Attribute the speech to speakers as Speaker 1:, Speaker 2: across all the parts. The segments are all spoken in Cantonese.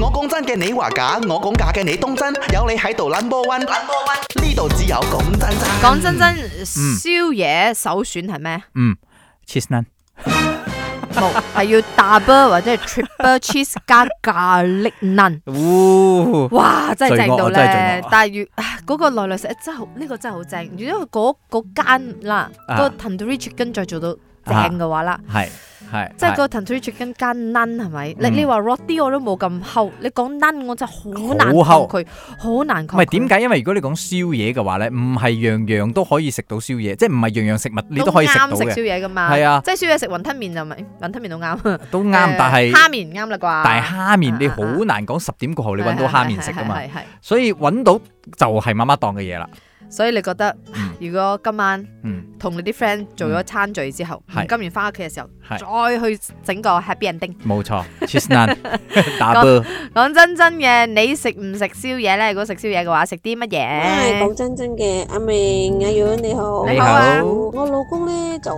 Speaker 1: 我講真嘅你話假，我講假嘅你當真，有你喺度 number one，number one 呢度只有講真真。
Speaker 2: 講真真，宵夜首選係咩？
Speaker 3: 嗯，cheese naan
Speaker 2: 冇，係要 double 或者係 triple cheese 加咖喱 naan。
Speaker 3: 哦
Speaker 2: 哇！真係正到
Speaker 3: 罪惡啊真係罪
Speaker 2: 咧
Speaker 3: 惡啊，
Speaker 2: 但係如唉嗰個內內食哎真係好，呢個真係好正。如果嗰嗰間啦，
Speaker 3: 啊
Speaker 2: 個 tandoori chicken 再做到正嘅話啦，
Speaker 3: 係係，
Speaker 2: 即係
Speaker 3: 係
Speaker 2: 個 tandoori chicken 加 naan 係咪？你
Speaker 3: 嗯
Speaker 2: 你話 roti 我都冇咁厚，你講 naan 我真係好難
Speaker 3: 好
Speaker 2: 抗
Speaker 3: 厚
Speaker 2: 拒，好難
Speaker 3: 唔
Speaker 2: 抗拒。
Speaker 3: 係點解？因為如果你講宵夜嘅話咧，唔係樣樣都可以食到宵夜，即係唔係樣樣食物你都可以食到
Speaker 2: 啱食宵
Speaker 3: 嘅，
Speaker 2: 夜噶嘛？
Speaker 3: 係啊
Speaker 2: 即係宵夜食雲吞麵就咪雲吞麵都啱。
Speaker 3: 都啱。但
Speaker 2: 誒
Speaker 3: 係
Speaker 2: 蝦麵啱啦啩？
Speaker 3: 但係蝦麵你
Speaker 2: 啊啊啊
Speaker 3: 好難講十點過後你揾到蝦麵食噶嘛，
Speaker 2: 係係係係係
Speaker 3: 所以揾到就係媽媽檔嘅嘢啦。
Speaker 2: 所以你覺得
Speaker 3: 嗯
Speaker 2: 如果今晚
Speaker 3: 嗯，
Speaker 2: 同你啲 friend 做咗餐聚之後，
Speaker 3: 係
Speaker 2: 今完翻屋企嘅時候，
Speaker 3: 係
Speaker 2: 再去整個 happy ending。
Speaker 3: 冇錯，cheese naan 打波。
Speaker 2: 講真真嘅，你食唔食宵夜咧？如果食宵夜嘅話，食啲乜
Speaker 4: 唉，
Speaker 2: 嘢
Speaker 4: 講？真真嘅，阿明、阿楊你好，
Speaker 3: 嗯你好啊
Speaker 4: 我老公咧就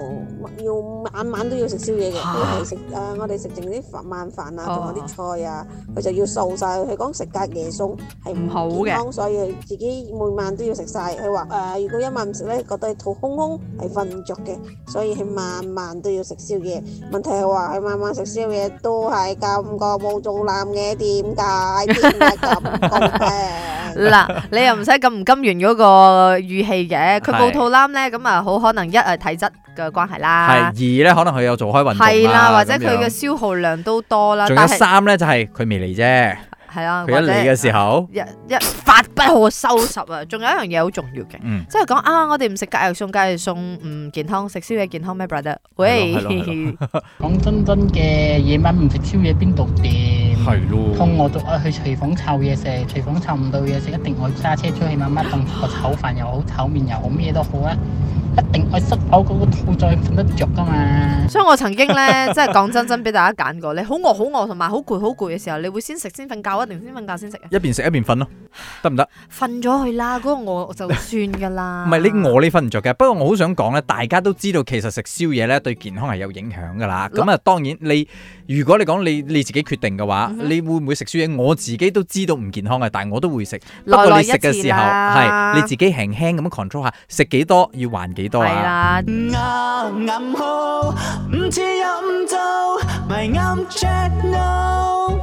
Speaker 4: 要晚晚都要食宵夜嘅，
Speaker 2: 嚇
Speaker 4: 佢係食啊，我哋食剩啲飯晚飯啊，
Speaker 2: 哦
Speaker 4: 同埋啲菜啊，佢就要掃晒。佢講食隔夜餸係
Speaker 2: 唔好嘅
Speaker 4: 健康，所以佢自己每晚都要食晒。佢話誒，啊如果一晚唔食咧，覺得肚空空係瞓唔着嘅，所以佢晚晚都要食宵夜。問題係話佢晚晚食宵夜都係咁個冇肚腩嘅，點解？點解咁講嘅？
Speaker 2: 嗱，你又唔使咁唔甘願嗰個語氣 嘅，佢冇
Speaker 3: 係
Speaker 2: 肚腩咧，咁啊好可能一係體質嘅關係
Speaker 3: 係
Speaker 2: 啦，
Speaker 3: 二咧，可能佢有做開運動
Speaker 2: 啊
Speaker 3: 啊
Speaker 2: 係啦，或者
Speaker 3: 咁
Speaker 2: 佢嘅
Speaker 3: 樣
Speaker 2: 消耗量都多啦，
Speaker 3: 仲有
Speaker 2: 但係啊
Speaker 3: 三咧，就係佢未嚟啫。
Speaker 2: 係啦，
Speaker 3: 佢一嚟嘅時
Speaker 2: 候
Speaker 3: 候，
Speaker 2: 一一發不可收拾啊！仲有一樣嘢好重要嘅。
Speaker 3: 嗯，
Speaker 2: 即係講啊，我哋唔食隔夜餸，隔夜餸唔健康，食宵夜健康咩，brother？喂
Speaker 3: 係，咯係
Speaker 5: 講真真嘅，夜晚唔食宵夜邊度掂？
Speaker 3: 係咯
Speaker 5: 通我就愛去廚房湊嘢食，廚房湊唔到嘢食，一定愛揸車出去慢慢等個炒飯又好，炒麵又好，咩都好啊！一定愛塞飽嗰個肚再瞓得着噶嘛。
Speaker 2: 所以我曾經 咧，即係講真真俾大家揀過，你好餓好餓同埋好攰好攰嘅時候，你會先食先瞓覺啊，定先瞓覺先食啊？
Speaker 3: 一邊食一邊瞓咯，得唔得？
Speaker 2: 瞓咗佢啦，嗰、個餓就算噶啦。
Speaker 3: 唔係你餓你瞓唔着嘅。不過我好想講咧，大家都知道其實食宵夜咧對健康係有影響㗎啦。咁啊，當然你如果你講你你自己決定嘅話，
Speaker 2: 嗯哼
Speaker 3: 你會唔會食宵夜？我自己都知道唔健康嘅，但係我都會食。不
Speaker 2: 來來
Speaker 3: 過你食嘅時候
Speaker 2: 一次啦
Speaker 3: 係你自己輕輕咁 control 下，食幾多要還幾多
Speaker 2: 係啦，
Speaker 3: 啊？
Speaker 6: 啱啱好，唔似飲酒，咪啱 check no。